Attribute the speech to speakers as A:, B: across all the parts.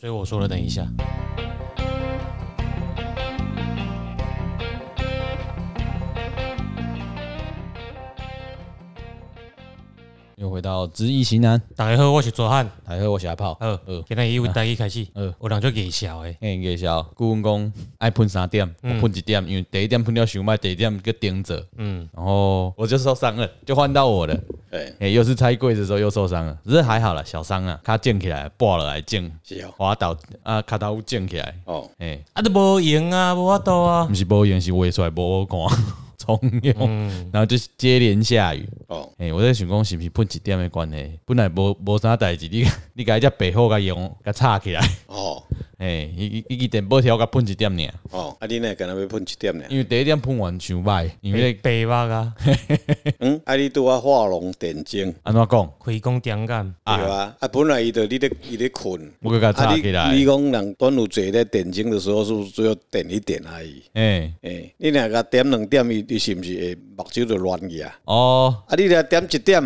A: 所以我说了，等一下。
B: 又回到知易行难，
A: 大家好，我是左汉。
B: 大家好，我是阿炮。哎
A: 好，
B: 呃，
A: 今天由台语开始，
B: 呃
A: 有人就给笑的，
B: 嘿，介绍顾问讲爱喷三点，我喷一点，因为第一点喷掉熊麦，第一点个顶着，嗯，然后我就受伤了，就换到我了。
C: 哎，
B: 哎、又是拆柜子的时候又受伤了，只是还好了，小伤啊，卡溅起来，破了来溅
C: 是哦，
B: 滑倒啊，卡刀溅起来，
C: 哦，
B: 哎、
A: 啊都无用啊，无法度啊
B: 不。是无用，是画出来无好看， 重用，然后就接连下雨。
C: 哦，
B: 哎、我在想讲是不是喷一点的关系，本来无无啥代志，你你家只白虎甲用甲插起来，
C: 哦，
B: 哎、伊伊伊电波条甲喷一点尔，
C: 哦，啊，你那敢若要喷一点呢？
B: 因为第一点喷完伤歹，因为
A: 白目啊，
C: 嗯，啊，你拄啊画龙点睛，
B: 安怎讲，
A: 开工点干，
C: 对啊，啊，本来伊在你咧伊咧困，
B: 我甲
C: 啊，
B: 插
C: 你
B: 起来，
C: 你讲人端午节咧点睛的时候，是不是只有点一点而已？
B: 哎、
C: 诶，你若甲点两点，伊伊是毋是会目睭就乱去啊？
B: 哦，
C: 啊，你若点一点，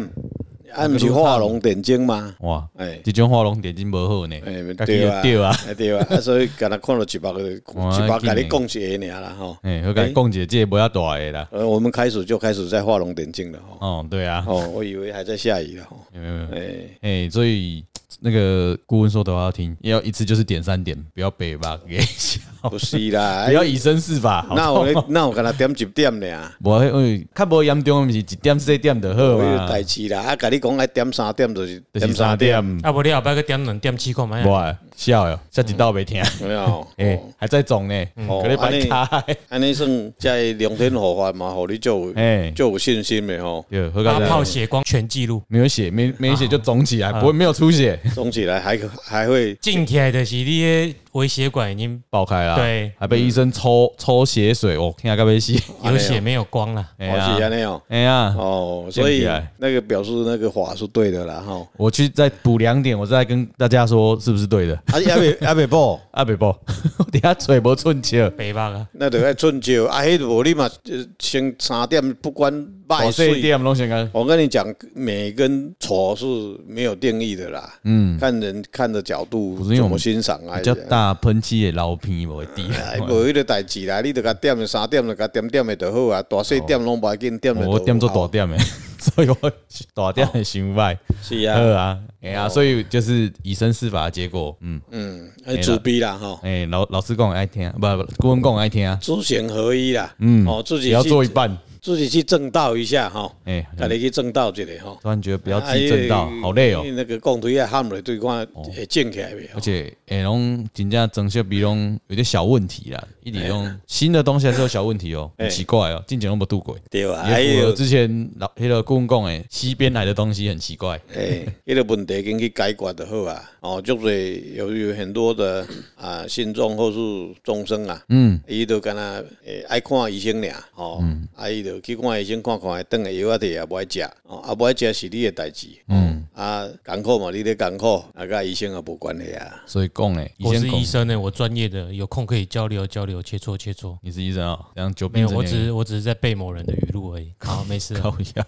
C: 啊，毋是画龙点睛吗？
B: 哇，
C: 哎
B: 这种画龙点睛无好呢，
C: 诶，
B: 自己
C: 对
B: 就
C: 啊，
B: 对啊。
C: 对啊，啊，所以敢若看到一目，
B: 哇
C: 一目甲你讲是会尔啦吼。
B: 哎、我甲你讲者，这个不要大个啦。
C: 呃，我们开始就开始在画龙点睛了吼。
B: 哦，对啊，
C: 哦，我以为还在下雨了啊吼。
B: 没有没有，哎、
C: 哎，
B: 所以那个顾问说的话要听，要一次就是点三点，不要北吧，给笑，
C: 不是啦
B: 哦
C: 哎
B: 不，要啊以身试法。好
C: 那我咧，那我跟他点一 点俩，
B: 无，迄因为较无严重，毋是一点四点就好
C: 我有
B: 嘛，
C: 代志啦。啊，甲你讲，爱点三点就是
B: 就是三点，。
A: 啊无你后摆去点两点试看卖。啊
B: 哇，笑哟，下一道袂听，
C: 有没 有？
B: 诶
C: 哦，
B: 哎还在总呢，嗯
C: 哦
B: 可能白 开，
C: 安尼算在两天后发嘛，互你就
B: 哎
C: 就有信心的吼。
B: 对，何
A: 八
B: 解？
A: 炮血光全记录，
B: 没有血，没没
C: 啊
B: 血就肿起来，不会没有出血，
C: 总起 来还可还会
A: 进起来就是你的微血管已经
B: 爆开啦，
A: 对
B: 还被医生抽
C: 嗯
B: 抽血水，哦，听下该被死，
A: 有血没有光了。
B: 哎
C: 哦是
B: 呀，
C: 安尼哦。
B: 哎呀，
C: 哦，所以
B: 捡起来
C: 那个表示那个法是对的 啦吼。
B: 我去再补两点，我再跟大家说是不是对的。
C: 啊，阿伯阿伯报，
B: 啊，北波， 我等下嘴无寸笑，
A: 白目啊，
C: 那就要遵照啊，迄无你嘛，呃先三点不管
B: 我
C: 歹
B: 这一
C: 水。
B: 点拢先讲，
C: 我跟你讲，美跟丑是没有定义的啦，嗯，看人看的角度
B: 是因为我
C: 怎
B: 们
C: 么欣赏啊
B: 比。较大喷漆的老片无会滴。
C: 哎，无迄个代志啦，你着甲点的三点，着甲点点的就好啊，大细点拢无要紧，点哦的
B: 哦我哦点做大点的， 所以我大点的想歹。
C: 是
B: 好
C: 啊，
B: 啊，哎呀，所以就是以身试法的结果，嗯，
C: 嗯，哎自闭啦吼，
B: 哎，老老师讲的爱听，不，不顾问讲的爱听啊，
C: 知行合一啦，嗯，哦，自
B: 也
C: 己
B: 要做一
C: 去
B: 半。
C: 自己去正道一下吼，
B: 哎，
C: 家己去正道一下吼，
B: 突然觉得不要自己正道
C: 啊，
B: 好累哦，。
C: 那个共推啊，喊落对看会正起来未？
B: 而且哎，拢真正装修比拢有点小问题啦，一点拢新的东西还是有小问题哦，很奇怪哦，进前拢没度过。
C: 哎对啊，还
B: 也符合
C: 有
B: 之前老迄个顾问讲诶，西边来的东西很奇怪，
C: 哎，迄个问题经去解决就好啊。哦，就是有有很多的啊，信众或是众生啊，嗯，伊都敢若诶呃爱看医生俩，哦，啊，伊就去看医生看看，等下药啊，摕也无爱食，哦，啊，无爱食是你的代志，嗯，啊，艰苦嘛，你咧艰苦，啊，甲医生也无关系啊。
B: 所以讲诶，以
A: 我是
B: 前
A: 医
B: 讲
A: 生欸呢，我专业的，有空可以交流交流，切磋切磋。
B: 你是医生哦，这样久
A: 没
B: 病
A: 有，
B: 成
A: 我只
B: 良医
A: 是我只是在背某人的语录而已。好，没事。啊
B: 靠一下。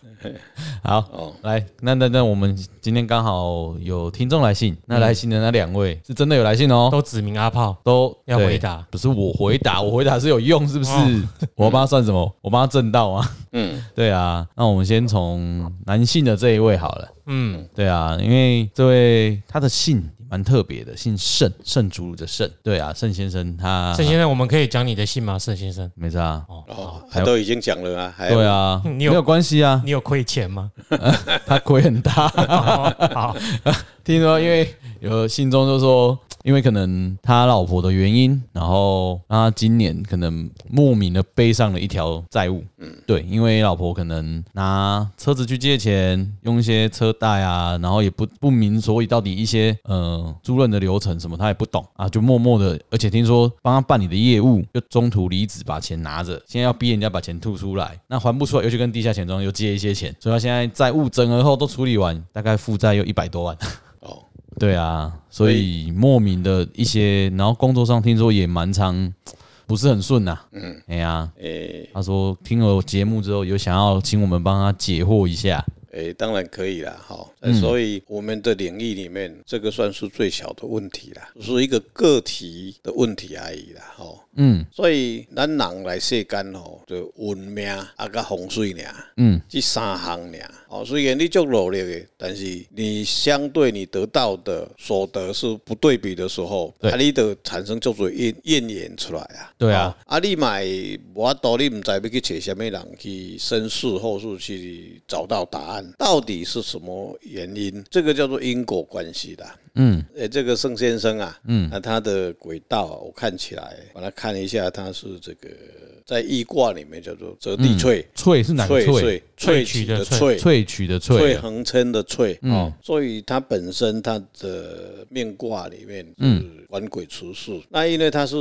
B: 好，来，那那那我们今天刚好有听众来信，那来信的那两位是真的有来信哦，
A: 都指名阿炮，
B: 都
A: 要
B: 对
A: 回答
B: 不是我回答，我回答是有用，是不是？我帮他算什么？我帮他正道啊。嗯，对啊。那我们先从男性的这一位好了。
A: 嗯，
B: 对啊，因为这位他的姓蛮特别的，姓盛，盛竹的盛。对啊，盛先生他
A: 盛先生，我们可以讲你的姓吗？盛先生，
B: 没事啊，
C: 哦，啊，都已经讲了啊，还
B: 对啊，
A: 嗯你
B: 没
A: 有
B: 有关系啊，
A: 你有亏钱 吗？
B: 他亏很大。
A: 好，
B: 听说因为有信中就说，因为可能他老婆的原因，然后让他今年可能莫名的背上了一条债务。嗯，对，因为老婆可能拿车子去借钱，用一些车贷啊，然后也不不明所以到底一些呃租赁的流程什么他也不懂啊，就默默的，而且听说帮他办理的业务就中途离职把钱拿着，现在要逼人家把钱吐出来，那还不出来又去跟地下钱庄又借一些钱，所以他现在债务整合后都处理完，大概负债又一百多万。
C: 哦，
B: 对啊，所以莫名的一些，然后工作上听说也蛮常不是很顺呐、嗯，哎呀、
C: 诶
B: 他说听了我节目之后，有想要请我们帮他解惑一下。
C: 诶，诶、当然可以啦，好、
B: 嗯
C: 所以我们的领域里面，这个算是最小的问题啦，是一个个体的问题而已啦，好、
B: 嗯
C: 所以咱人来世间吼，就运命啊甲风水尔，
B: 嗯，
C: 这三项尔。哦，虽然你足努力的，但是你相对你得到的所得是不对比的时候，
B: 对
C: 啊，你得产生足多怨怨言出来啊。
B: 对啊
C: 哦，啊，你买无法度，你毋知要去找什么人去深思后事去找到答案，到底是什么原因？这个叫做因果关系啦。
B: 嗯
C: 呃、这个盛先生啊，嗯，那他的轨道、啊，我看起来，把它看一下，他是这个在易卦里面叫做折地嗯翠，
B: 萃是哪个
C: 萃
B: 萃？
C: 萃萃
A: 取
C: 取
A: 的
C: 的
A: 萃
C: 萃，
B: 萃取的啊
C: 翠
B: 萃，
C: 横称的翠，啊哦，所以它本身它的命卦里面是官鬼出世，那因为他是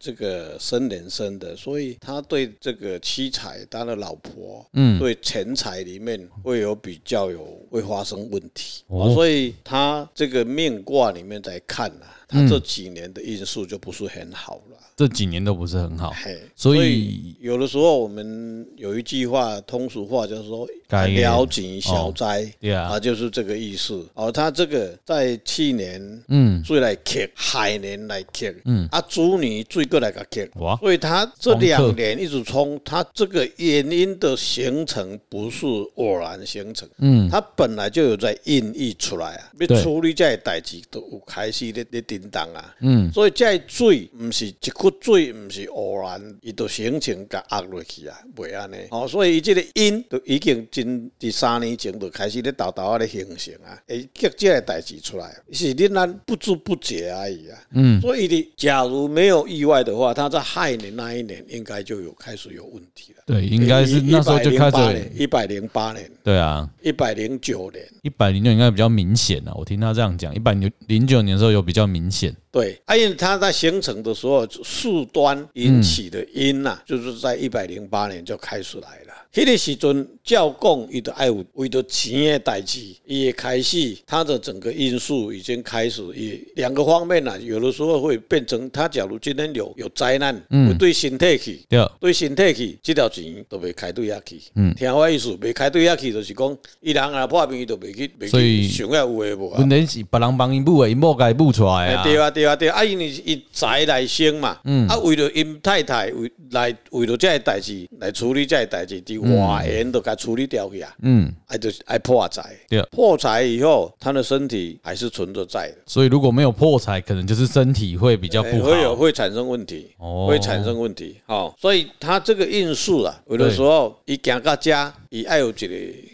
C: 这个生人生的，所以他对这个妻财，他的老婆，嗯，对钱财里面会有比较有会发生问题，
A: 哦
C: 哦、所以他这个命卦里面来看啊，他这几年的运势就不是很好了。
B: 这几年都不是很好，
C: 嘿，
B: 所以
C: 有的时候我们有一句话，通俗话就是说
B: 该
C: “了解哦小灾”，
B: 对啊
C: 啊，就是这个意思。哦，他这个在去年
B: 嗯
C: 最来克，海年来克，
B: 嗯，哦
C: 啊，猪年最过来个克。
B: 哇，
C: 所以他这
B: 狂
C: 两
B: 克
C: 年一直冲，他这个原因的形成不是偶然形成，
B: 嗯
C: 他本来就有在孕育出来啊，要
B: 对
C: 处理这些代志都有开始咧咧叮当啊，
B: 嗯
C: 所以这个水毋是一股水，毋是偶然，伊就形成甲压落去啊，袂安尼。哦，所以伊即个因都已经真伫三年前就开始咧豆豆啊咧形成啊，会结这个代志出来，啊是恁咱不知不觉而已啊。
B: 嗯，
C: 所以你假如没有意外的话，他在亥年那一年应该就有开始有问题了。
B: 对，应该是那时候就开始，
C: 一百零八年、
B: 对啊，
C: 一百零九年，
B: 一百零九应该比较明显啊，我听他这样讲，一百零九年的时候有比较明显，
C: 对，啊，因为它在形成的时候，树端引起的因
B: 嗯
C: 呐、就是在一百零八年就开始来了。迄个时阵，教供伊的爱有为着钱的代志，伊也开始，它的整个因素已经开始，也两个方面呐、有的时候会变成，他假如今天有有灾难，
B: 嗯
C: 会对身体去。
B: 对，啊
C: 对身体去，这条钱都袂开对遐去。嗯，听我意思，袂开对遐去，就是讲，伊人啊破病，伊就袂去，袂
B: 所以
C: 去想要有诶无啊。
B: 不能是别人帮伊母的，伊某家母出来
C: 哎，
B: 啊，
C: 对啊，对啊，对啊，啊，因为是因财来生嘛，啊，为了因太太为来为了这个代志来处理这个代志，伫外缘都甲处理掉去啊，
B: 嗯，
C: 啊，就是爱破财
B: 对，
C: 破财以后，他的身体还是存着债的，
B: 所以如果没有破财，可能就是身体会比较
C: 哎
B: 不
C: 会
B: 好，
C: 有会产生问题，
B: 哦
C: 会产生问题，哦，所以他这个因素啊，有的时候伊行到家，伊爱有一个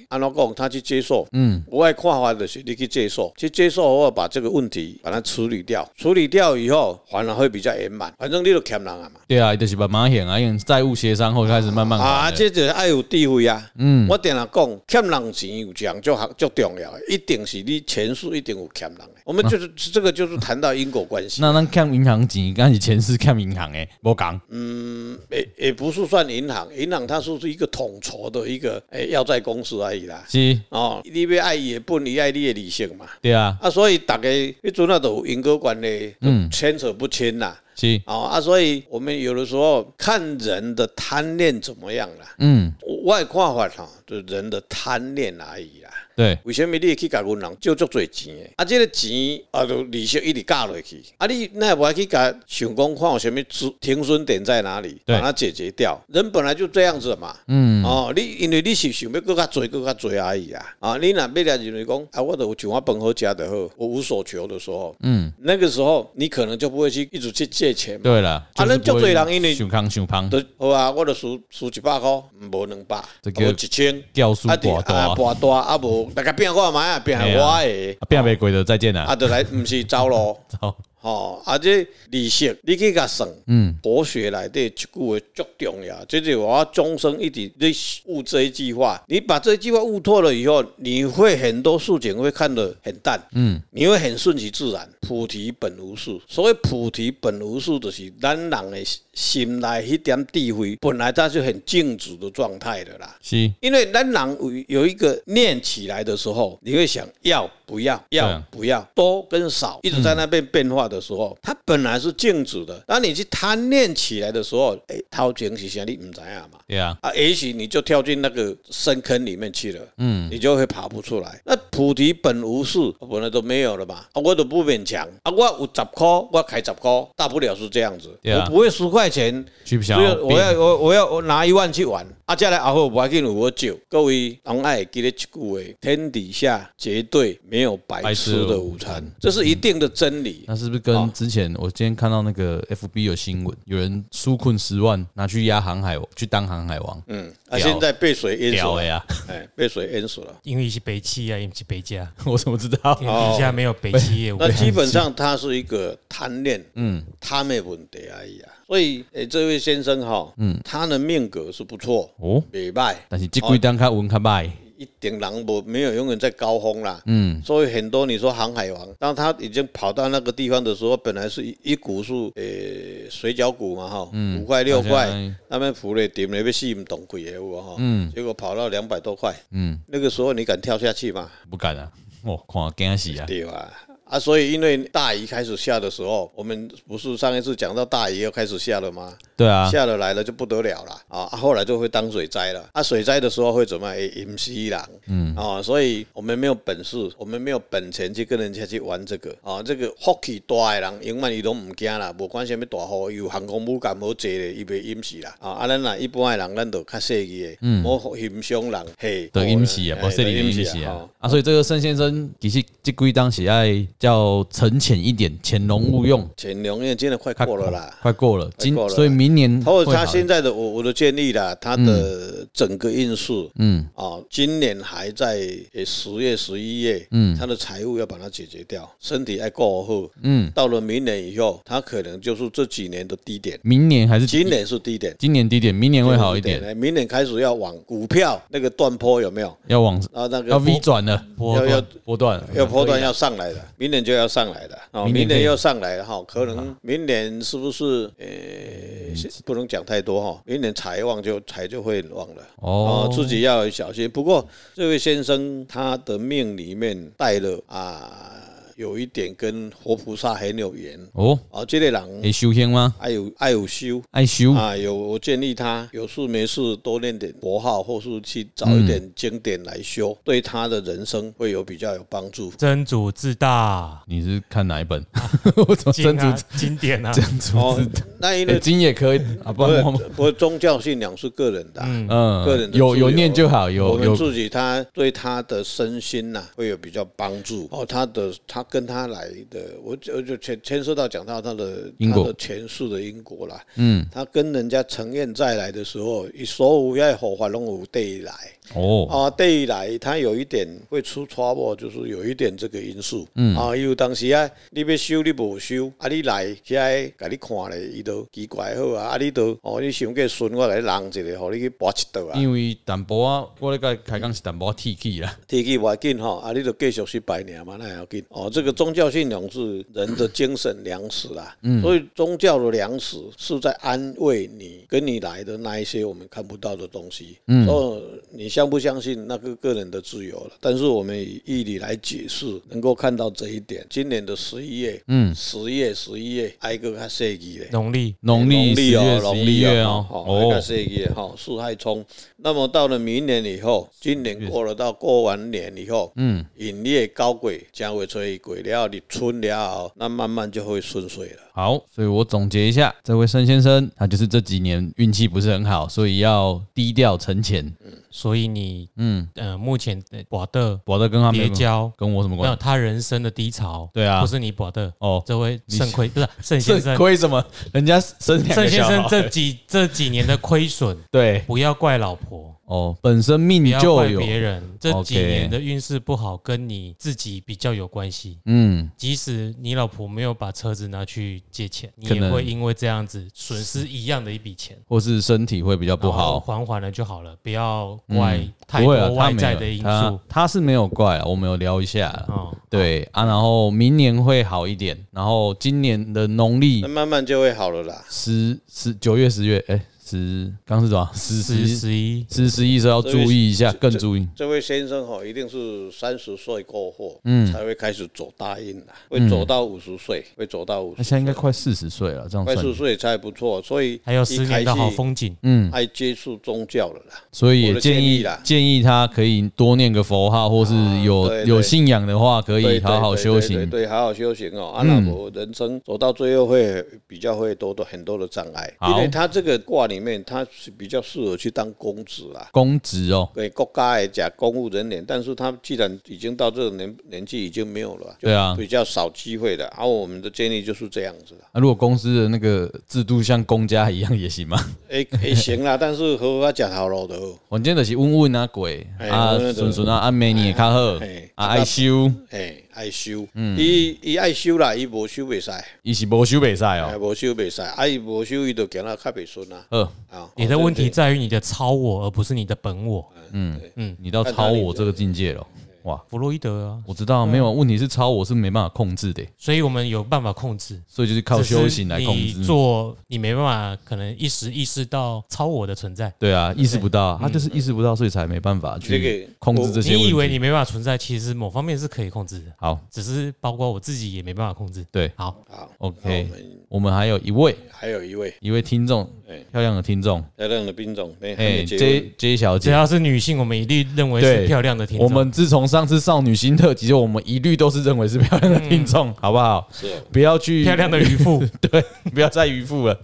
C: 安怎讲，他去接受，嗯，我的看法就是你去接受，去接受后把这个问题把它处理掉，处理掉以后，反而会比较圆满，反正你都欠人啊嘛。
B: 对啊，就是把马险啊，用债务协商后开始慢慢
C: 啊，
B: 还的，
C: 这就是爱有智慧啊！嗯，我定常讲，欠人钱有讲就好，就重要的，一定是你前世一定有欠人的。我们就是、这个，就是谈到因果关系。
B: 那咱看银行钱，刚是前世看银行诶，无讲，
C: 嗯也也不是算银行，银行它是是一个统筹的一个诶、要债公司而已啦。
B: 是，
C: 哦，你要爱伊的本，伊爱你的理性嘛。
B: 对啊，
C: 啊，所以大家迄阵啊都有因果关系，牵扯不清啦。
B: 是，
C: 哦啊，所以我们有的时候看人的贪念怎么样啦。
B: 嗯，
C: 我我的看法哈、就是人的贪念而已啦。
B: 对，
C: 为什么你会去甲银行借足多钱的？啊，这个钱啊，就利息一直加落去。啊，你那无爱去甲想讲看有啥物止停损点在哪里，
B: 对
C: 把它解决掉。人本来就这样子嘛。嗯。哦，你因为你是想要更较多、更较多而已啊。啊，你若要来认为讲啊，我都有一碗饭好食就好，我无所求的时候，嗯，那个时候你可能就不会去一直去借钱嘛。
B: 对了，
C: 啊咱足多人因为
B: 想康想胖，
C: 就好啊，我就输输一百块，无两百，
B: 这
C: 无
B: 叫
C: 一千。
B: 掉数
C: 啊，对
B: 寡
C: 啊，
B: 大，
C: 博大啊，无大家拼看卖啊，拼我的，
B: 变袂贵的再见啦，
C: 啊，就来毋是走咯，
B: 走，
C: 吼，啊，这利息你去甲算，
B: 嗯，
C: 博学内底一句话足重要，这就是我终生一直在悟这一句话。你把这一句话悟透了以后，你会很多事情会看得很淡，嗯，你会很顺其自然。菩提本无树，所谓菩提本无树，就是咱人的心内迄点智慧，本来它是很静止的状态的啦。
B: 是，
C: 因为咱人有有一个念起来的时候，你会想要不要，
B: 对
C: 要
B: 啊嗯
C: 不要，多跟少，一直在那边变化的时候，它本来是静止的。当你去贪恋起来的时候，哎，掏钱是啥你唔知啊嘛。
B: 对啊，
C: 啊，也许你就跳进那个深坑里面去了，嗯，你就会爬不出来。那菩提本无事，本来都没有了嘛，啊，我都不勉强啊，我有十块，我开十块，大不了是这样子，
B: 对啊
C: 我不会十块钱，
B: 去不
C: 所
B: 想
C: 以
B: 要
C: 我要
B: 变，
C: 我我要我拿一万去玩，啊，再来啊后不要紧，有我酒，各位拢爱记得一句话：天底下绝对没有白
B: 白嗯吃
C: 吃的
B: 的
C: 午餐，这是一定的真理。
B: 那是不是跟之前我今天看到那个 FB 有新闻，有人纾困十万拿去压航海，去当航海王，
C: 嗯，啊，
B: 屌
C: 现在被水淹
B: 屌欸了
C: 死了，
B: 呀！
C: 哎，被水淹死了。
A: 因为是北汽啊，因为是北家，
B: 我怎么知道？
A: 天底下没有北汽业务
C: 那。基本上它是一个贪恋，嗯，贪的问题而已啊。所以，诶、这位先生哈，嗯，他的命格是不错，
B: 哦，
C: 袂歹，
B: 但是这几单看文看歹，
C: 一点狼不没有永远在高峰啦，嗯，所以很多你说航海王，当他已经跑到那个地方的时候，本来是一一股是诶、水饺股嘛哈，五块六块
B: 好像，
C: 那边浮咧点咧要吸引懂鬼业务哈，哎嗯，结果跑到两百多块，嗯，那个时候你敢跳下去吗？
B: 不敢啊，我看惊死啊！
C: 对吧？啊，所以因为大鱼开始下的时候，我们不是上一次讲到大鱼要开始下了吗？
B: 对啊，
C: 下了来了就不得了了啊！啊后来就会当水灾了。啊，水灾的时候会怎么样？引吸狼，嗯啊，所以我们没有本事，我们没有本钱去跟人家去玩这个啊。这个福气大的人，永远伊都唔惊啦，无管什么大雨，有航空母舰好坐咧，伊袂淹死啦。啊，啊，咱若一般的人，咱都较细致的，莫欣赏人嘿，
B: 的阴嗯死啊，
C: 嘿
B: 不是
C: 就
B: 你阴
C: 淹
B: 死
C: 吼
B: 啊！啊，所以这个盛先生其实这几当喜爱叫沉潜一点，潜龙勿用，
C: 潜龙因为真的快过了啦。
B: 快过了，今
C: 过了啦
B: 所以明年
C: 或
B: 嗯
C: 者
B: 会好嗯
C: 他现在的我我的建议啦，他的整个运势，嗯，啊，今年还在呃十月十一月，嗯，他的财务要把它解决掉，身体要过后，嗯，到了明年以后，他可能就是这几年的低点，
B: 明年还是
C: 今年是低点，
B: 今年低点，明年会好一点，
C: 哎，明年开始要往股票那个断坡有没有？
B: 要往
C: 啊，那个
B: 要 V 转了，
A: 波
C: 要要
B: 波段了
C: 要波段要上来的，明年就要上来的哦，
B: 明
C: 明
B: 年可以
C: 年要上来了哈，可能明年是不是呃
B: 嗯
C: 是不能讲太多哈，明年财旺就财就会旺了
B: 哦
C: 哦，自己要小心。不过这位先生他的命里面带了啊，有一点跟活菩萨很有缘
B: 哦，
C: 哦，这类人
B: 会修仙吗？
C: 爱有爱有修。
B: 爱修
C: 啊，有我建议他有事没事多练点佛号，或是去找一
B: 嗯
C: 点经典来修，对他的人生会有比较有帮助。
A: 真主自大，
B: 你是看哪一本？ 我怎么真
A: 经啊
B: 主
A: 经典 啊，
B: 真主
C: 哦
B: 自，
C: 那因
B: 哎
C: 为
B: 经也可以啊，不
C: 不
B: 然
C: 是
B: 我们
C: 不是宗教信仰是个人的啊、
B: 嗯
C: 个人的
B: 有
C: 自由
B: 有
C: 啊
B: 念就好，
C: 我
B: 有
C: 们
B: 有
C: 自己他对他的身心呐、会有比较帮助哦。他的他跟他来的，我就就牵牵涉到讲到他的
B: 因果
C: 他的前世的因果啦。嗯，他跟人家成愿再来的时候，伊所有要火法拢有对来
B: 哦，
C: 啊，对来他有一点会出 trouble，就是有一点这个因素。嗯啊，因为当时啊，你要修你无修，啊你来起来，甲你看咧，伊都奇怪好啊，啊你都哦你想过顺我来让一个，互你去跋一道啊。
B: 因为淡薄啊，我咧个开讲是淡薄铁气啦，
C: 提起要紧吼，啊，你就继续去拜年嘛，那要紧哦。这个宗教信仰是人的精神粮食啦，所以宗教的粮食是在安慰你跟你来的那一些我们看不到的东西。嗯，所以你相不相信那个个人的自由了？但是我们以义理来解释，能够看到这一点。今年的十一月，嗯，十月十一月，挨个较细记咧。
A: 农历
B: 农历十
C: 哦
B: 月，
C: 农
B: 十一
C: 历
B: 月
C: 哦
B: 哦，，
C: 哦，那
B: 哦，
C: 是一个哈四害冲。那么到了明年以后，今年过了到过完年以后，嗯，引业高轨将会吹轨了，你春了后，那慢慢就会顺水了。
B: 好，所以我总结一下，这位申先生他就是这几年运气不是很好，所以要低调沉潜，
C: 嗯
A: 所以你嗯呃，目前的保的
B: 我的跟他
A: 叠
B: 没
A: 交
B: 跟我什么
A: 没有
B: 关系？
A: 他人生的低潮，
B: 对啊
A: 不是你保的
B: 哦
A: 这位肾亏不是肾先
B: 肾
A: 生，
B: 亏什么？人家生两
A: 肾
B: 个
A: 先
B: 小
A: 生
B: 孩，
A: 这几这几年的亏损，
B: 对
A: 不要怪老婆，
B: 哦，本身命
A: 不要
B: 就
A: 怪
B: 有，
A: 别人，这几
B: OK
A: 年的运势不好，跟你自己比较有关系。
B: 嗯，
A: 即使你老婆没有把车子拿去借钱，你
B: 可
A: 也
B: 能
A: 会因为这样子损失一样的一笔钱。
B: 或是身体会比较不
A: 然后
B: 好，
A: 还还了就好了，不要怪太
B: 不会啊，
A: 多
B: 他
A: 外
B: 没
A: 在
B: 有
A: 的因
B: 他
A: 素。
B: 他是没有怪啊，我们有聊一下啦，
A: 哦，
B: 对啊，然后明年会好一点，然后今年的农历
C: 那慢慢就会好了啦。
B: 十十九月十月，哎、十刚是多少？十
A: 十
B: 十
A: 十一，
B: 十十一时候要注意一下，更注意。
C: 这位先生哈、一定是三十岁过后，嗯，才会开始走大运啦，会走到五十岁，会走到五
B: 他
C: 十，
B: 现在应该快四十岁了，这样
C: 快
B: 哎算
C: 四，十岁才不错，所以
A: 还有
C: 一
A: 十
C: 开
A: 年的好
C: 始
A: 风景。
B: 嗯，
C: 爱接触宗教了啦。
B: 所以也建
C: 我的建
B: 议
C: 议啦啊
B: 建议他可以多念个佛号，或是有
C: 对对
B: 有信仰的话，可以
C: 对，
B: 好好
C: 对
B: 修
C: 对对
B: 行。嗯
C: 对，好好修行哦。啊，那我人生走到最后会比较会多多很多的障碍，
B: 好
C: 因为他这个卦里面，他是比较适合去当公子啦。
B: 公职哦，
C: 给国家也讲公务人员，但是他既然已经到这个年年纪，已经没有了，就
B: 对啊
C: 比较少机会了。啊，我们的建议就是这样子了。
B: 那、如果公司的那个制度像公家一样也行 吗？
C: 哎、 也、行啦，但是和我讲好了的，哦
B: 反正就是问问啊鬼
C: 哎
B: 啊
C: 我们就
B: 顺顺啊，啊美女也较好
C: 哎
B: 啊爱修，
C: 哎、爱修，
B: 嗯
C: 伊伊爱修啦，伊无修袂使，
B: 伊是无修袂使
C: 哎，
B: 哦。
C: 无修袂使，啊，伊无修伊就行啊较袂顺啊。
B: 呃，
C: 啊，
A: 你的问题在于你的超我，而不是你的本我。
C: 嗯
B: 你到超我这个境界了，哇！
A: 弗洛伊德啊，
B: 我知道没有
C: 嗯
B: 问题是超我是没办法控制的，
A: 所以我们有办法控制，
B: 所以就是靠修行
C: 嗯
B: 来控
A: 只是你
B: 制。
A: 做你没办法，可能一时意识到超我的存在。
B: 对啊，意识不到啊，他就是意识不到，所以才没办法
C: 嗯
B: 去
C: 这个
B: 控制这些问题。
A: 你以为你没办法存在，其实某方面是可以控制的，
B: 好？
A: 只是包括我自己也没办法控制。
B: 对
A: 好，
C: 好那我
B: ，OK，
C: 们
B: 我们还有一位
C: 还有一位
B: 一位听众
C: 哎，
B: 漂亮的听众，
C: 漂亮的兵种，哎、还
B: 哎
C: 没结婚
B: ，J J 小
A: 只
B: 姐，
A: 要是女性，我们一律认为
B: 对
A: 是漂亮的听众。
B: 我们自从上次少女心特辑，就我们一律都是认为是漂亮的听众，好不好？
C: 是哦
B: 不要去
A: 漂亮的，渔夫，
B: 对， 不要再渔夫了。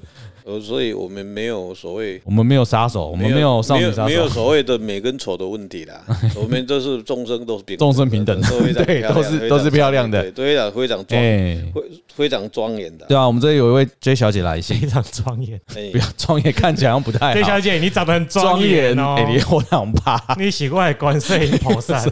C: 呃，所以我们没有所谓
B: 我们没有杀手，我们没有少女杀
C: 没有
B: 手，
C: 所谓的美跟丑的问题 啦。我们都是众生都是平等的
B: 众生平等
C: 都非 常
B: 对
C: 漂亮
B: 都是
C: 非常
B: 都是漂亮的
C: 对，都非常非常庄，
B: 哎，
C: 非非常庄严的。
B: 对啊，我们这里有一位 J 小姐来信，
A: 非常庄严。
C: 哎
B: 不要创业看起来好像不太
A: J
B: 好
A: 小。姐，你长得很庄
B: 哎严，
A: 严哦
B: 哎、，你我两怕，
A: 你喜欢观世音菩 萨，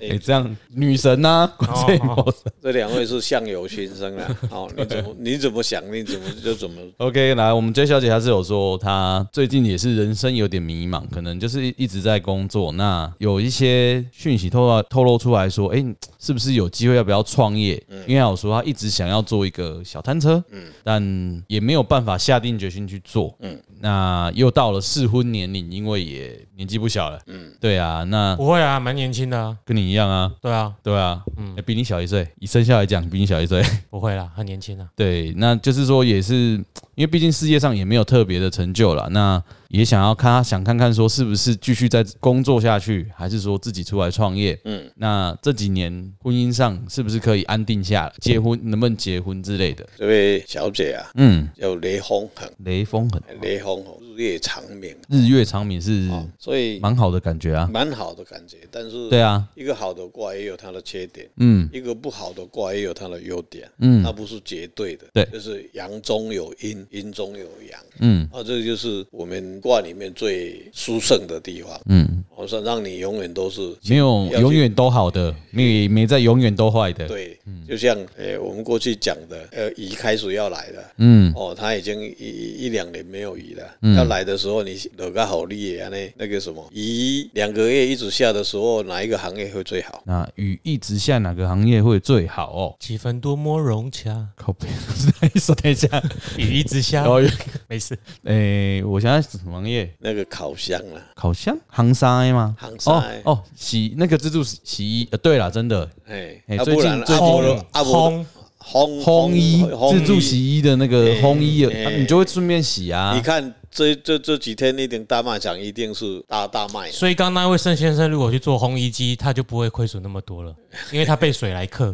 B: 哎、这样女神呐、
A: 哦
B: 啊， 观世音菩萨。
C: 这两位是相由心生 啦。好，你怎么你怎么想，你怎么就怎么。
B: OK，来，我们 J 小姐她是有说，她最近也是人生有点迷茫，可能就是一直在工作，那有一些讯息透露透露出来说，哎、是不是有机会要不要创业？因为她有说她一直想要做一个小摊车，但也没有办法下定决心去做，嗯，那又到了适婚年龄，因为也年纪不小了，嗯，对啊，那
A: 不会啊，蛮年轻的啊，
B: 跟你一样啊，
A: 对啊，
B: 对啊，嗯，比你小一岁，以生肖来讲，比你小一岁。
A: 不会啦，很年轻啊。
B: 对，那就是说，也是因为毕竟事业上也没有特别的成就啦，那也想要看他想看看说是不是继续在工作下去，还是说自己出来创业。嗯，那这几年婚姻上是不是可以安定下来？结婚能不能结婚之类的？
C: 这位小姐啊，
B: 嗯，
C: 叫雷风恒，
B: 雷锋很
C: 雷风恒日夜长眠，
B: 日月长明是
C: 所以
B: 哦蛮好的感觉啊。
C: 蛮好的感觉。但是
B: 对啊，
C: 一个好的卦也有它的缺点，
B: 嗯，
C: 一个不好的卦也有它的优点，
B: 嗯
C: 它不是绝对的，
B: 对
C: 就是阳中有阴，阴中有阳，
B: 嗯
C: 啊，这就是我们卦里面最殊胜的地方，
B: 嗯，
C: 我说让你永远都是
B: 没有
C: 嗯要去
B: 永远都好的，没有没在永远都坏的。
C: 对，就像呃我们过去讲的，呃鱼开始要来了。
B: 嗯，
C: 哦，他已经一一一两年没有鱼了。要来的时候，你哪个好利啊？那那个什么鱼，两个月一直下的时候，哪一个行业会最好？
B: 那雨一直下，哪个行业会最好哦？
A: 几分多么融洽，
B: 靠 背，哎等一下，哦
A: 比翼之下
B: 然，后
A: 没事。
B: 诶、哎我想在什么行业？
C: 那个烤箱啊，
B: 烤箱、航沙吗？
C: 行山的
B: 哦哦，洗那个自助洗洗衣，呃，对了，真的，
C: 哎，
B: 哎
C: 啊
B: 最
C: 不
B: 近
C: 然
B: 最
C: 啊
B: 近
C: 不然
A: 烘
C: 啊不然
A: 烘，
C: 烘
B: 烘衣
C: 烘
B: 自助。洗衣的那个烘衣，啊你就会顺便洗啊
C: 你。看这这这几天那顶大卖场一定是大大卖，啊
A: 所以刚刚那位盛先生如果去做烘衣机，他就不会亏损那么多了，因为他被水来克。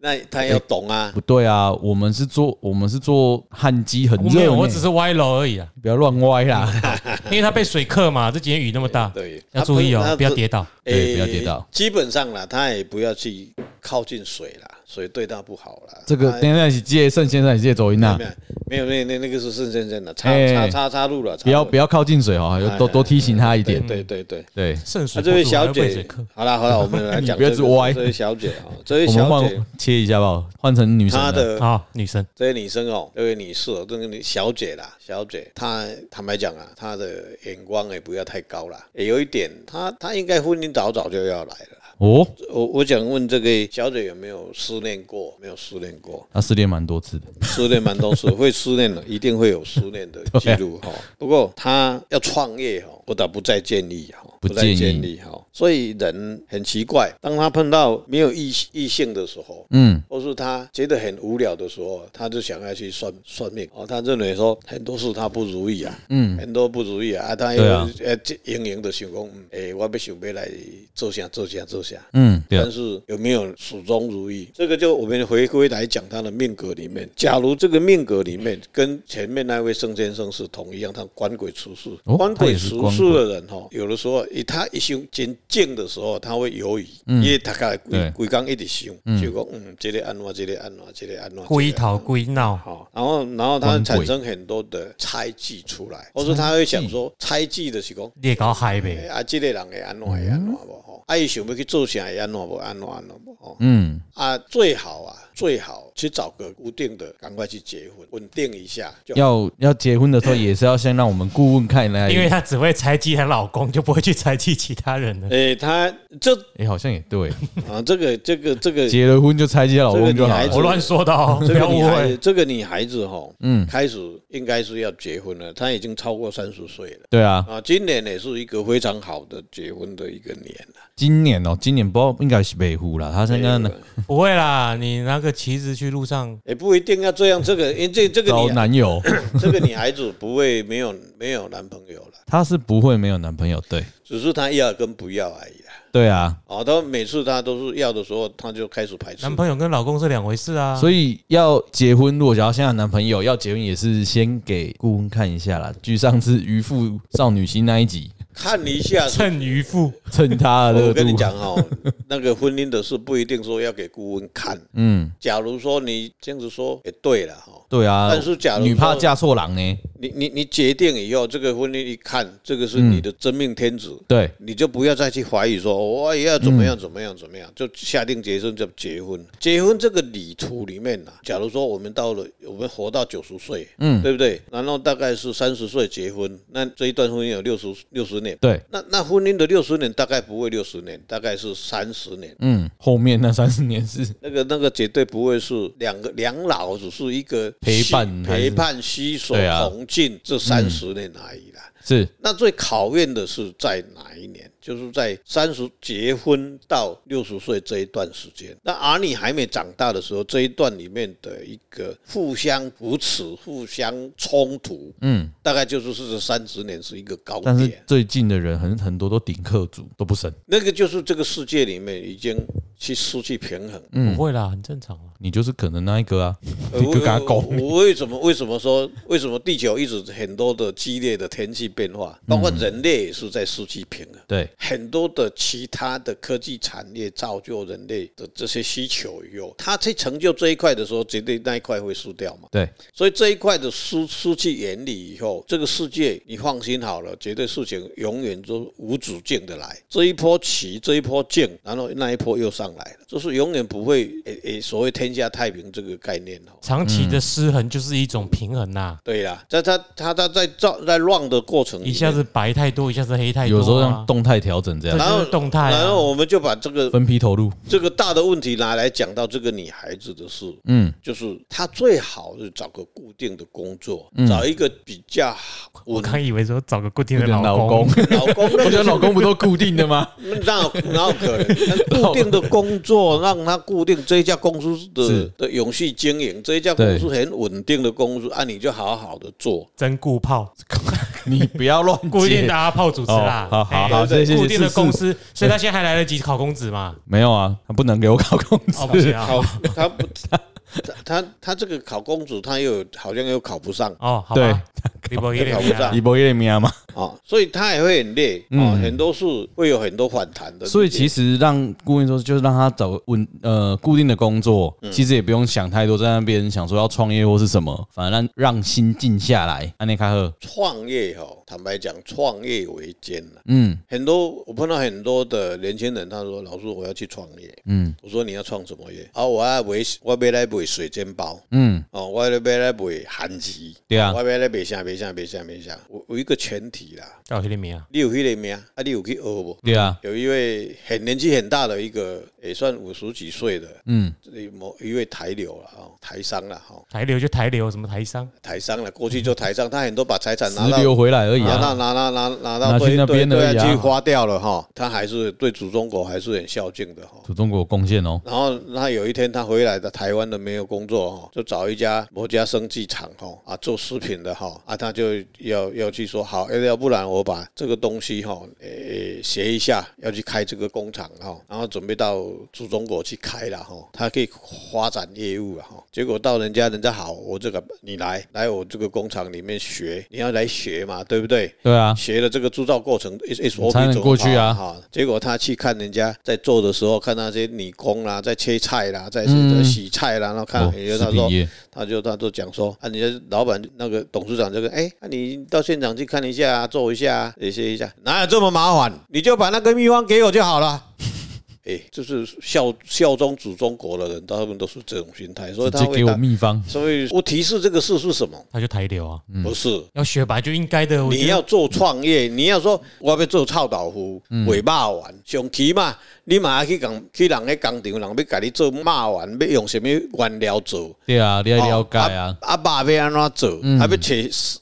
C: 那他要懂啊
B: 不。对啊，我们是做我们是做焊机，很
A: 我没
B: 热
A: 有，
B: 呢
A: 我只是歪楼而已啊，
B: 不要乱歪 啦。
A: 因为他被水克嘛。这几天雨那么大，
C: 对
A: 要注意
C: 啊
A: 哦，
C: 不
A: 不要跌倒。
B: 对
C: 哎
B: 不要跌倒
C: 基本上啦，他也不要去靠近水啦，水对他不好啦。
B: 这个
C: 他
B: 等一下，你借盛先生，你借走音啊
C: 有
B: 呐
C: 哎没。有没有，那那那个是肾肾肾的，插
B: 哎
C: 插插插入了，
B: 不要嗯
C: 插入
B: 不要靠近水
C: 哎
B: 哦，要多多提醒他一
C: 对
B: 点。
C: 对对对。
B: 对，
A: 圣
C: 那
A: 水
C: 啊这
A: 博
C: 位
A: 主还
C: 小
A: 要背水
C: 姐
A: 课，，
C: 好了好了，我们来
B: 你
C: 讲
B: 不要
C: 这个
B: 一直歪
C: 这位小姐啊，这位
B: 我们
C: 小姐
B: 换，切一下吧，换成女神
C: 她
B: 的。
C: 的
A: 好，哦女生
C: 这位女生哦，这位女士哦，这个女小姐啦，小姐，她坦白讲啊，她的眼光也不要太高啦，也有一点，她她应该婚姻早早就要来了啦。
B: 哦，
C: 我我想问这个小姐有没有失恋过？没有失恋过，
B: 她失恋蛮多次的。
C: 失恋蛮多次，会失恋的，一定会有失恋的记录 哈。不过她要创业哈，我倒不再建议哈，
B: 不
C: 再
B: 建
C: 建
B: 议
C: 议哈。所以人很奇怪，当他碰到没有异异性的时候，
B: 嗯，
C: 或是他觉得很无聊的时候，他就想要去算算命哦。他认为说很多事他不如意啊，嗯，很多不如意啊，啊，他又
B: 对啊
C: 呃，这盈盈的想讲，嗯，诶、我要想要来做啥做啥做啥。
B: 嗯，对啊
C: 但，是有没有始终如一？这个就我们回归来讲他的命格里面，假如这个命格里面跟前面那位圣先生是同一样，他官鬼出世，
B: 哦
C: 官
B: 他
C: 鬼
B: 也是
C: 出
B: 官
C: 世
B: 鬼
C: 的人哈，有的时候一他一想真静的时候，他会犹豫，因为他概
B: 对
C: 规规刚一直想，就讲嗯，这里安怎，这里安怎，这里安怎，
A: 故意
C: 逃。
A: 逃故意闹，
C: 好，然后然后他
B: 官鬼
C: 产生很多的猜忌出来，或者他会想说猜忌的是讲。
A: 你也搞嗨
C: 欸
A: 呗，
C: 啊，即、个人会安怎会安怎无吼？啊，伊想要去做啥会安怎无安怎安怎无吼？
B: 嗯，
C: 啊，最好啊，最好去找个固定的，赶快去结婚，稳定一下就好。
B: 要要结婚的时候也是要先让我们顾问看
C: 哎
B: 来，
A: 因为她只会猜忌她老公，就不会去猜忌其他人了。
C: 诶、他这
B: 哎，好像也对，
C: 啊，这个这个这个
B: 结了婚就拆家老公就好
C: 哎这个女孩
B: 了
C: 子。
A: 我乱说的哦，
C: 这
A: 不
C: 个
A: 要误
C: 女孩
A: 会
C: 子，。这个女孩子哈，嗯，开始应该是要结婚了，她已经超过三十岁了。
B: 对啊，
C: 啊，今年也是一个非常好的结婚的一个年啊了。
B: 今年哦，今年不知道应该是北湖啦，她现在呢
A: 不会啦，你拿个旗子去路上，
C: 也不一定要这样，这个因为这这个
B: 找
C: 女
B: 男 友，
C: 这个女孩子不会没有没有男朋友了。
B: 她是不会没有男朋友，对
C: 只是他要跟不要而已啦。
B: 对啊，
C: 哦，他每次他都是要的时候，他就开始排斥
A: 男。朋友跟老公是两回事啊。
B: 所以要结婚，如果想要现在有男朋友要结婚，也是先给顾问看一下啦。据上次渔夫少女心那一集，
C: 看一下，
A: 趁渔夫
B: 蹭她的热 啊
C: 我
B: 度
C: 跟，你讲哦， 那个婚姻的事不一定说要给顾问看。
B: 嗯，
C: 假如说你这样子说也对了哈，
B: 对啊，
C: 但是假如说
B: 女怕嫁错郎呢，
C: 你你你决定以后，这个婚姻一看，这个是你的真命天子。
B: 对，
C: 你就不要再去怀疑说我也要怎么样怎么样怎么样，就下定决心就结婚。结婚这个旅途里面呢、啊假如说我们到了我们活到九十岁，嗯，对不对？然后大概是三十岁结婚，那这一段婚姻有六十六十年。
B: 对，
C: 那那婚姻的六十年大概不会六十年，大概是三十年。
B: 嗯，后面那三十年是
C: 那个那个绝对不会是两个两老，只是一个
B: 陪伴
C: 携
B: 还是
C: 陪伴携手
B: 对啊嗯
C: 同进这三十年而已啦。
B: 是
C: 那最考验的是在哪一年？就是在三十结婚到六十岁这一段时间。那儿女还没长大的时候，这一段里面的一个互相扶持、互相冲突，
B: 嗯，
C: 大概就是这三十年是一个高
B: 但是
C: 点。
B: 最近的人很很多都顶客族都不生，
C: 那个就是这个世界里面已经去失去平衡。
A: 不会啦，很正常啊。
B: 你就是可能嗯那一个啊，
C: 呃
B: 你就跟他
C: 我
B: 讲，
C: 我为什么为什么说为什么地球一直很多的激烈的天气变化，包
B: 嗯
C: 括人类也是在失去平衡。
B: 对，
C: 很多的其他的科技产业造就人类的这些需求以后，他在成就这一块的时候，绝对那一块会输掉嘛。
B: 对，
C: 所以这一块的失失去原理以后，这个世界你放心好了，绝对事情永远都无止境的来。这一波起，这一波进，然后那一波又上来了，就是永远不会诶诶所谓天下太平这个概念哦。
A: 长期的失衡就是一种平衡呐、啊
C: 对啦，在他他他在造在乱的过程里面，
A: 一下子白太多，一下子黑太多、啊，
B: 有时候让动态调整
A: 这
B: 这样，
C: 然后
A: 就是动态、
C: 然
A: 啊。
C: 后我们就把这个
B: 分批投入，
C: 这个大的问题拿来讲到这个女孩子的事，
B: 嗯，
C: 就是她最好是找个固定的工作，
B: 嗯
C: 找一个比较好
A: 我
C: 稳
A: 刚以为说找个固定的
B: 有点
A: 老
B: 老
A: 公，
B: 公，
C: 老公，
B: 我
C: 那
B: 觉得
C: 就
B: 老公不都固定的吗？
C: 那那那可能那固定的工作，让他固定这一家公司的
B: 是
C: 的永续经营，这一家公司很稳定的公司，啊，你就好好的做。
A: 真固炮，
B: 你不要乱接，
A: 固定的阿炮主持啦
B: 哦，好好
A: 哎
B: 好谢谢
A: 固定的
B: 是是
A: 公司，所以他现在还来得及考公子嘛？
B: 没有啊，他不能给我考公
A: 哦，不
B: 司
A: 行。 啊，
C: 考他不他他他这个考公主，他又好像又考不上，
A: 哦，好
B: 对
A: 吧，，你无去啊
C: 搞不
A: 了
C: 上
B: 伊不会命啊嘛。
C: 哦，所以他也会很累哦，很多事会有很多反弹的。
B: 嗯所以其实让顾问说，就是让他找个稳呃固定的工作，其实也不用想太多，在那边想说要创业或是什么，反而让让心静下来。安内卡赫，
C: 创业哦，坦白讲，创业为艰呐。
B: 嗯
C: 很多我碰到很多的年轻人，他说：“老师，我要去创业。”
B: 嗯
C: 我说：“你要创什么业？”啊，我要卖，我要来卖水煎包，
B: 嗯，
C: 哦，我要来卖韩鸡，
B: 对啊
C: 我要来卖啥卖啥卖啥卖啥。我有一个前提啦，
A: 叫去你名啊，
C: 你有迄个名，啊，你有去学无？
B: 对啊，
C: 有一位很年纪很大的一个，也算五十几岁的，
B: 嗯
C: 这里某一位台流了哦，台商了哈，哦
A: 台流就台流，什么台商？
C: 台商了，过去就台商，他很多把财产拿
B: 直
C: 到
B: 流回来而已
C: 拿到
B: 啊。
C: 拿拿拿
B: 拿
C: 拿到
B: 去
C: 对
B: 那
C: 对
B: 边而
C: 对
B: 已
C: 啊，
B: 啊
C: 去花掉了哈，他还是对祖宗国还是很孝敬的哈。
B: 主中国有贡献哦，
C: 然后他有一天他回来的台湾的没有工作哈，就找一家某家生技厂哈啊做食品的哈啊，他就要要去说好，哎要要不然我把这个东西哈诶学一下，要去开这个工厂哈，然后准备到祖中国去开了哈，他可以发展业务了哈。结果到人家人家好，我这个你来来我这个工厂里面学，你要来学嘛，对不对？
B: 对啊，
C: 学了这个铸造过程 S O
B: 才
C: P
B: 能
C: 怎么
B: 过去啊
C: 跑哈，结果他去看人家在做的时候，看那些女工啦，在切菜啦，在
B: 嗯
C: 在洗菜啦，然后看，
B: 哦，
C: 哎
B: 食
C: 他
B: 品
C: 说，
B: 业，
C: 他就他就讲说，啊，你的老板那个董事长这个，哎，那你到现场去看一下啊，做一下啊，也谢一下，哪有这么麻烦？你就把那个秘方给我就好了。 哎，就是效效忠祖宗国的人，他们都是这种心态，所以
B: 直
C: 他
B: 接
C: 会
B: 给我
C: 打。
B: 秘方。
C: 所以我提示这个事是什么？
A: 他就台流啊，
B: 嗯
C: 不是，
A: 要学本来就应该的。我觉得
C: 你要做创业，你要说我要做臭豆腐、
B: 嗯
C: 卖肉丸，上起嘛，你嘛要去工去人个工厂，人要甲你做肉丸，要用什么原料做？
B: 对啊，你要了解啊嗯
C: 哦。啊，肉要安怎做？啊，要找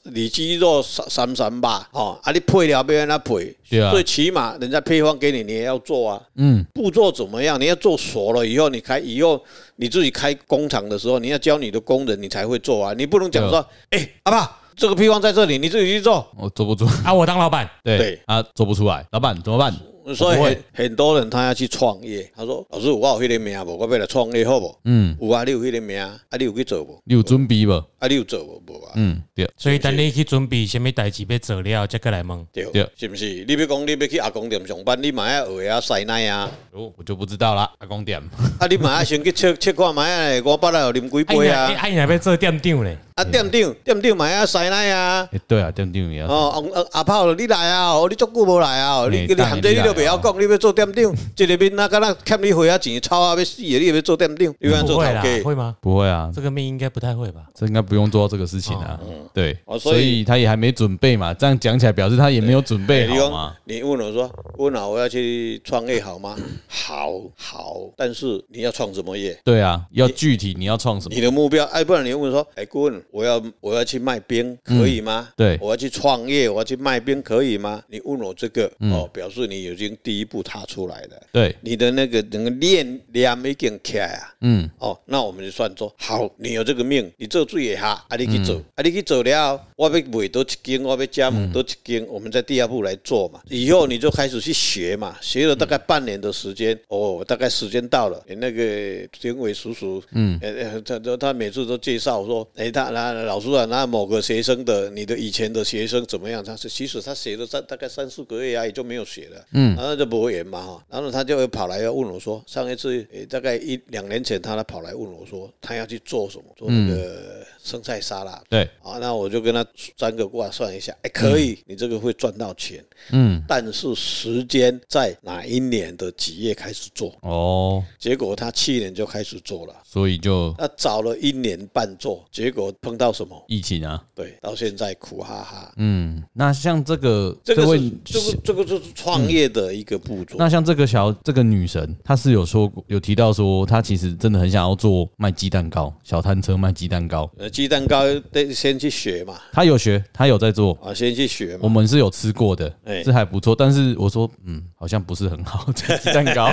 C: 里脊肉三三三吧，哦，啊，你配料要安怎配？
B: 对啊
C: 最起码人家配方给你，你也要做啊。
B: 嗯，
C: 步骤怎么样？你要做熟了以后，你开以后你自己开工厂的时候，你要教你的工人，你才会做啊。你不能讲说，
B: 啊
C: 哎、阿爸，这个配方在这里，你自己去做。
B: 我做不出，
A: 啊，我当老板，
B: 对
C: 对
B: 啊，做不出来，老板怎么办？
C: 所
B: 我
C: 以
B: 不
C: 很
B: 会
C: 很多人他要去创业，他说：“老师，我有迄个名无？我要来创业好无？
B: 嗯，
C: 有啊，你有迄个名，啊，你有去做无？
B: 你有准备不？
C: 啊，你有做无？无啊？
B: 嗯，对，
A: 所以等你去准备什么代志要做了，再过来问。
C: 对，
B: 对
C: 是不是？你要讲你要去阿公店上班，你嘛要学啊师奶啊，
B: 哦我就不知道啦。阿公 点，
C: 啊，你嘛要先去测测看卖啊，我捌来有啉几
A: 哎，你
C: 杯
A: 还
C: 啊，
A: 哎，你还要做店长嘞？
C: 啊，店长店长嘛要师奶啊。”
B: 诶对啊，店长也要，
C: 哦，阿阿阿炮，你来啊！哦，你足久无来啊！哦，
B: 嘿
C: 你你
B: 等下
C: 含这你
B: 你来
C: 都袂晓讲，你要做店长，一个面那敢若欠你花啊钱，臭啊要死的，你要做店长，你要
A: 不
C: 做
A: 会
C: 头
A: 啦，
C: 家。
A: 会吗？
B: 不会啊，
A: 这个命应该不太会吧？
B: 这应该不用做到这个事情啊。对
C: 哦，所以
B: 所以他也还没准备嘛。这样讲起来，表示他也没有准备
C: 哎你
B: 好嘛。
C: 你问我说，问老我要去创业好 吗？好，好，但是你要创什么业？
B: 对啊，要具体你要创什么
C: 你？的目标，哎，不然你问说，哎，顾问，我要我要去卖冰，可以吗？
B: 嗯对
C: 我要去创业，我要去卖冰，可以吗？你问我这个，
B: 嗯
C: 哦，表示你已经第一步踏出来了，
B: 对，
C: 你的那个那个念念已经起来啊。
B: 嗯，
C: 哦，那我们就算说，好，你有这个命，你做最也哈，啊，你去做，啊，你去做了，我要卖多一斤，我要加盟多一斤，我们在第二步来做嘛。以后你就开始去学嘛，学了大概半年的时间，哦，大概时间到了，诶那个评委叔叔，嗯，呃，他他他每次都介绍说，哎，他那老师啊，那某个学生的，你的以前的学生怎么样？他是其实他学了三大概三四个月啊，也就没有学了，嗯，然后就博研嘛哈，然后他就会跑来要问我说，上一次诶大概一两年前，他来跑来问我说，他要去做什么？做那个生菜沙拉。
B: 对，
C: 啊，那我就跟他占个卦算一下，哎，可以，你这个会赚到钱，
B: 嗯，
C: 但是时间在哪一年的几月开始做？
B: 哦，
C: 结果他去年就开始做了，
B: 所以就
C: 那找了一年半做，结果碰到什么？
B: 疫情啊，
C: 对，到现在苦哈哈。
B: 嗯，那像这个
C: 这
B: 这
C: 个
B: 位嗯
C: 是这个这个就是创业的一个步骤。
B: 那像这个小这个女神，她是有说过有提到说，她其实真的很想要做卖鸡蛋糕，小摊车卖鸡蛋糕。
C: 呃，鸡蛋糕得先去学嘛，
B: 她有学，她有在做，
C: 啊，先去学
B: 我
C: 嘛。
B: 们是有吃过的，
C: 哎
B: 是还不错。但是我说，嗯，好像不是很好这个鸡蛋糕。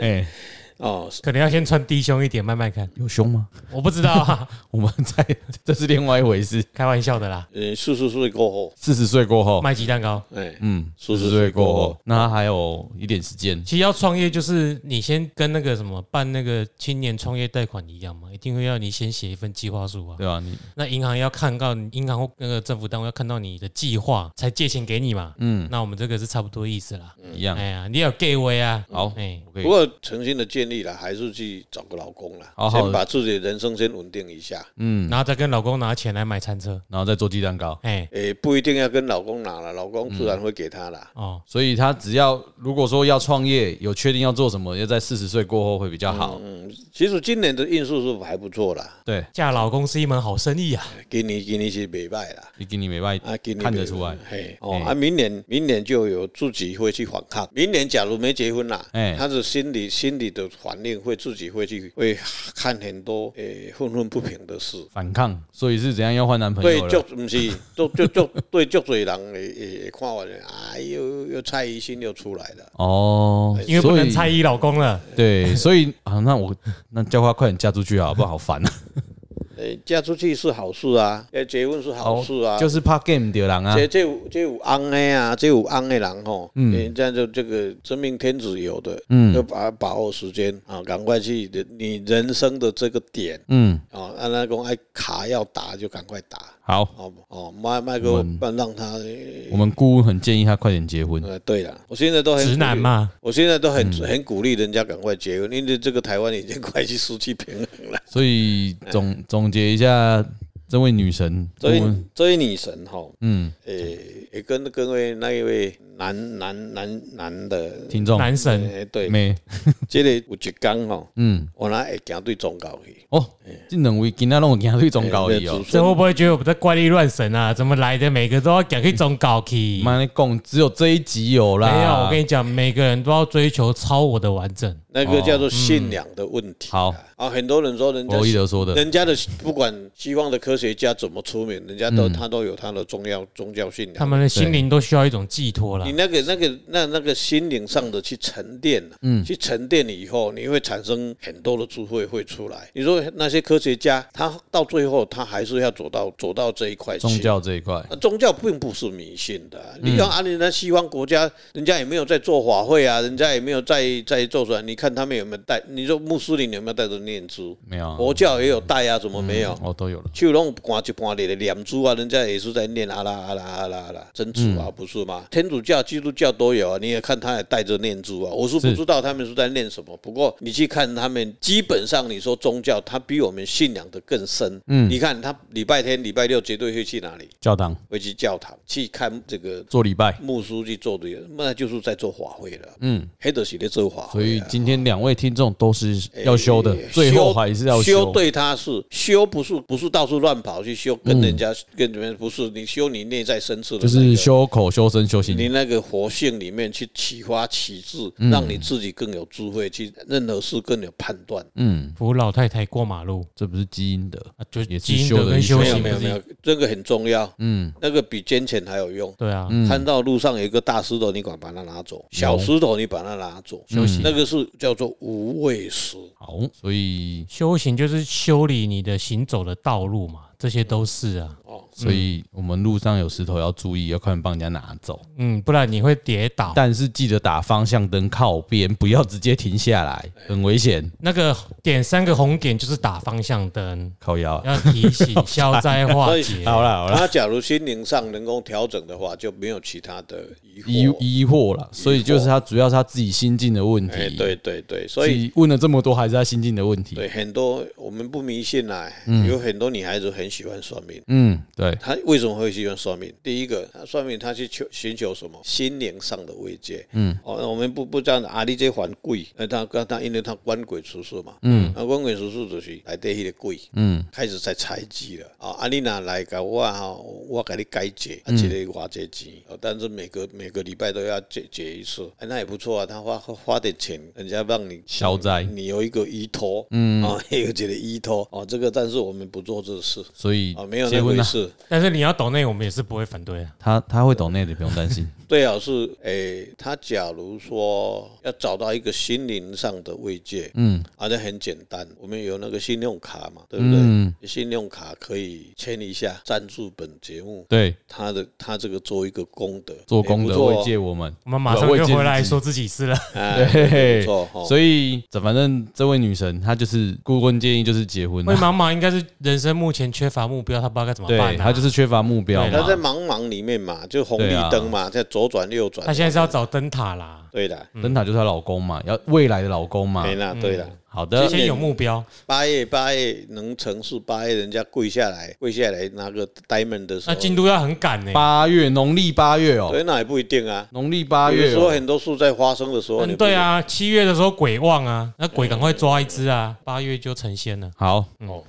B: 哎，
C: 哦，
A: 可能要先穿低胸一点，慢慢看。
B: 有胸吗？
A: 我不知道、 啊，
B: 我们在这是另外一回事。
A: 开玩笑的啦。
C: 呃，四十岁过后，
B: 四十岁过后，
A: 卖鸡蛋糕，
C: 哎，
B: 嗯，
C: 40
B: 40
C: 岁过后，
B: 那还有一点时间。
A: 其实要创业就是你先跟那个什么办那个青年创业贷款一样嘛，一定会要你先写一份计划书啊。
B: 对吧、你
A: 那银行要看到你银行或那个政府单位要看到你的计划，才借钱给你嘛。嗯，那我们这个是差不多意思啦。
B: 一样
C: 嗯
A: 哎呀，你有 gay 位啊？
B: 好
A: 哎，
B: 我可以
C: 不过诚心的建议啦，还是去找个老公啦，
B: 好好嗯
C: 先把自己的人生先稳定一下。
A: 然后再跟老公拿钱来买餐车。
B: 然后再做鸡蛋糕。
A: 哎，
C: 诶，不一定要跟老公拿了，老公自然会给他啦。
A: 哦，
B: 所以他只要如果说要创业，有确定要做什么，要在四十岁过后会比较好。
C: 嗯，其实今年的运势是还不错啦，
B: 对，
A: 嫁老公是一门好生意啊。
B: 哎
C: 今年今年是袂歹啦。
B: 你给你没办法
C: 啊，今年
B: 看得
C: 袂
B: 出来。
C: 嘿，哦，
B: 嘿
C: 啊，明年明年就有自己会去反抗。明年假如没结婚啦，
B: 哎
C: 他的心理心理的反应会自己会去会看很多诶愤愤不平的事。
B: 反抗，所以是怎样要换男朋
C: 对
B: 友，
C: 就
B: 了？
C: 不是，就就就对，就多人会会会看我的，哎呦，又蔡依欣又出来了，
B: 哦，
A: 因为不能
B: 所
A: 猜
B: 以
A: 疑老公了，
B: 对，所以啊，那我 那叫他快点嫁出去啊，不然好烦啊。
C: 诶、嫁出去是好事啊，诶，结婚是好事啊，
B: 就是怕 game 丢人啊
C: 这。这有这有昂的啊，这有昂的人吼，嗯，这样就这个真命天子有的，嗯，就把把握时间啊，赶快去你人生的这个点
B: 嗯，
C: 啊，按那讲哎卡要打就赶快打，
B: 好，
C: 哦哦，麦麦克不让他，
B: 我们顾问很建议他快点结婚。
C: 呃，对了，我现在
B: 哎
C: 都很
A: 直男嘛。
C: 我现在都很很鼓励人家赶快结婚，因为这个台湾已经 快去失去平衡了。
B: 所以总总结一下，这位女神，顾
C: 所以
B: 问，
C: 这位女神哈，
B: 嗯，
C: 诶、也跟各位那一位男男男男的，
B: 听众
A: 男神
B: 哎
C: 诶、对，
B: 没，
C: 这个有一天吼，
B: 嗯，
C: 我那会行对宗教去，
B: 哦，这两位今天拢有行对中高一
C: 诶
B: 哦。
A: 这会不会觉得我们在怪力乱神啊？怎么来的？每个都要讲去中搞去。
B: 妈你讲只有这一集有啦。
A: 没有，我跟你讲，每个人都要追求超我的完整。
C: 那个叫做信仰的问题。
B: 哦嗯好，
C: 啊，很多人说人家
B: 弗洛伊德说的，
C: 人家的不管西方的科学家怎么出名，人家都他都有他的宗教宗教信
A: 嗯他
C: 仰。
A: 们的心灵都需要一种寄托了
C: 你。那个那个那那个心灵上的去沉淀，嗯，去沉淀以后，你会产生很多的智慧会出来。你说那些科学家，他到最后他还是要走到走到这一块去。
B: 宗教这一块，
C: 啊宗教并不是迷信的啊、你看啊，你那西方国家，人家也没有在做法会啊，人家也没有在在做出来。你看他们有没有带？你说穆斯林有没有带着念珠？
B: 没有啊，
C: 佛教也有带啊，怎么没有？
B: 哦都有了。
C: 就弄关一关的念珠啊，人家也是在念阿拉阿拉阿拉阿拉真主啊，不是吗？天主教、基督教都有啊，你也看他也带着念珠啊。我是不
B: 是
C: 知道他们是在念什么，不过你去看他们，基本上你说宗教，它比我们信仰的更深。嗯，你看他礼拜天、礼拜六绝对会去哪里？
B: 教堂
C: 会去教堂去看这个
B: 做礼拜，
C: 牧师去做的，那就是在做法会了。嗯，黑德是在做法
B: 所
C: 会
B: 以
C: 啊。
B: 今天两位听众都是要修的，最后还是要
C: 哎修
B: 修。
C: 对他是修，不是不是到处乱跑去修，跟人家、跟人家不是你修你内在深处
B: 嗯
C: 的、
B: 就
C: 那个
B: 是修口、修身、修心
C: 你。那个活性里面去启发启智，
B: 嗯
C: 让你自己更有智慧，去任何事更有判断。
B: 嗯，
A: 扶老太太过马路
B: 这不是基因的，
A: 啊，就
B: 也是
A: 基因德跟
B: 修
A: 修
B: 的
A: 行
C: 没有没有
A: 不
C: 没
A: 是？
C: 有，这个很重要。嗯，那个比捐钱还有用。
A: 对啊，
B: 嗯
C: 看到路上有一个大石头，你管把它拿走；小石头，你把它拿走。那个是叫做无畏石。
B: 好，所以
A: 修行就是修理你的行走的道路嘛，这些都是啊。
B: 所以我们路上有石头要注意，要快点帮人家拿走。
A: 嗯，不然你会跌倒。
B: 但是记得打方向灯靠边，不要直接停下来，很危险。
A: 那个点三个红点就是打方向灯，
B: 靠腰啊，
A: 要提醒消灾化解。
B: 好了好了，
C: 他假如心灵上能够调整的话，就没有其他的疑
B: 疑
C: 惑。
B: 疑惑了，所以就是他主要是他自己心境的问
C: 哎，
B: 题。
C: 对对对，所以
B: 自己问了这么多，还是他心境的问题。
C: 对很多我们不迷信啦，有很多女孩子很喜欢算命。
B: 嗯，对，
C: 她为什么会喜欢算命？第一个，她算命她去求寻求什么心灵上的慰藉。嗯，哦，我们不不这样啊，你这还鬼，呃，他他他因为他官鬼出世嘛，嗯，啊，官鬼出世就是来对迄个鬼，嗯，开始在猜忌了啊，啊，你若来搞我吼，我给你解解，啊，一个偌济钱，哦但是每个每个礼拜都要解解一次，哎，那也不错啊，他花花花点钱，人家让你
B: 消灾。
C: 你有一个依托，嗯，啊，有一个依托，哦，这个但是我们不做这事。
B: 所以
C: 啊，没有
B: 结
C: 那
B: 婚
C: 回
B: 了，
C: 事，
A: 但是你要懂内，我们也是不会反对的。啊
B: 他他会懂内的，不用担心。
C: 最好啊是诶、他假如说要找到一个心灵上的慰藉，嗯，而且很简单，我们有那个信用卡嘛，对不对？
B: 嗯
C: 信用卡可以签一下，赞助本节目，
B: 对，
C: 他的他这个做一个功德，
B: 做功
C: 也
B: 德
C: 哎不错哦
B: 慰藉我们，
A: 我们马上
B: 慰藉
A: 就回来
B: 自己
A: 说自己 是了。
C: 哎，
B: 对，
C: 不错哦
B: 所以这反正这位女神她就是顾问建议就是结婚
A: 因，为茫茫应该是人生目前缺乏目标，他不知道该怎么办、
B: 对
A: 啊。
B: 她就是缺乏目标
A: 对
C: 他
B: 嘛，
C: 在茫茫里面嘛，就红
B: 对
C: 绿
B: 啊
C: 灯嘛，在左转右转。
A: 他现在是要找灯塔啦，
C: 对的，
B: 灯塔就是她老公嘛，要未来的老公嘛
C: 没。啦，对啦。
B: 好
A: 就
B: 的，
A: 先有目标。
C: 八月八月能成事，八月人家跪下来，跪下来拿个 diamond 的时
A: 那
C: 候，
A: 进度要很赶呢、
B: 八月农历八月哦，
C: 对，那也不一定啊。
B: 农历八
C: 有
B: 月
C: 时候
B: 哦，
C: 很多树在发生的时候，
A: 嗯，
C: 你不
A: 对啊，七月的时候鬼旺啊，那鬼赶快抓一只啊，八月就成仙了。
B: 好，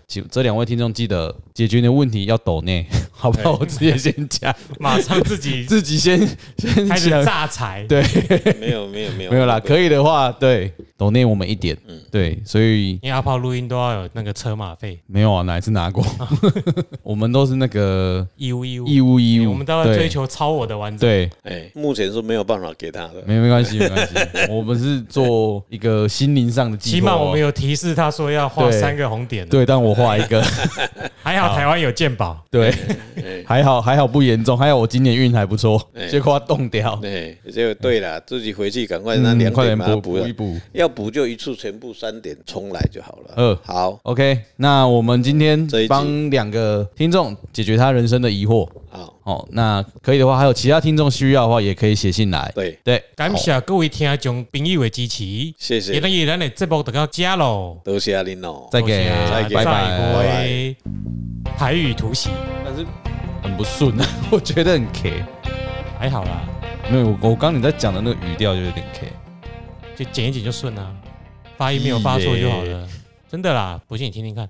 B: 请这两位听众记得解决你的问题要抖 内，好不好？我直接先讲，
A: 马上自己
B: 自己 先先
A: 开始
B: 讲，
A: 榨财。
B: 对，
C: 一定，没有没有没有
B: 没有啦，
C: 对
B: 可以的话，对，抖内我们一点，
C: 嗯
B: 对，所以
A: 因为阿炮录音都要有那个车马费，
B: 没有啊，哪一次 拿过？我们都是那个
A: 义务义务
B: 义务义务，
A: 我们都要追
B: 对
A: 求超我的完整。
B: 对，
C: 哎，目前是没有办法给他的。
B: 没没关系没关系， 我们是做一个心灵上的寄
A: 起
B: 托
A: 码
B: 哦。
A: 我们有提示他说要画
B: 对
A: 三个红点，
B: 对，但我画一 个，
A: 还好台湾有鉴宝。
B: 对，
C: 哎
B: 还好还好不严重，还好我今年运还不错，结果它冻掉，
C: 对，就哎对了，自己回去赶快那
B: 嗯
C: 两
B: 快
C: 点
B: 点
C: 把它
B: 补
C: 补
B: 补
C: 了
B: 一，补。
C: 要补就一次全部三点重来就好了。
B: 呃
C: 好
B: OK，那我们今天
C: 这一集
B: 帮两个听众解决他人生的疑惑。
C: 好，
B: 哦，那可以的话，还有其他听众需要的话，也可以写信来。
C: 对，
B: 对，
A: 感谢各位听众朋友的支持，
C: 谢
A: 也
C: 谢，
A: 等于咱的节目就到这喽。
C: 多谢您哦。
B: 再给，
A: 再
C: 见
A: 啊再
B: 拜拜。
A: 会。台语突袭
B: 但是很不顺 啊，我觉得很 K。
A: 还好啦，
B: 没有，我我刚你在讲的那个语调就有点 K。
A: 就剪一剪就顺啦、发音没有发错就好了。真的啦，不信你听听看。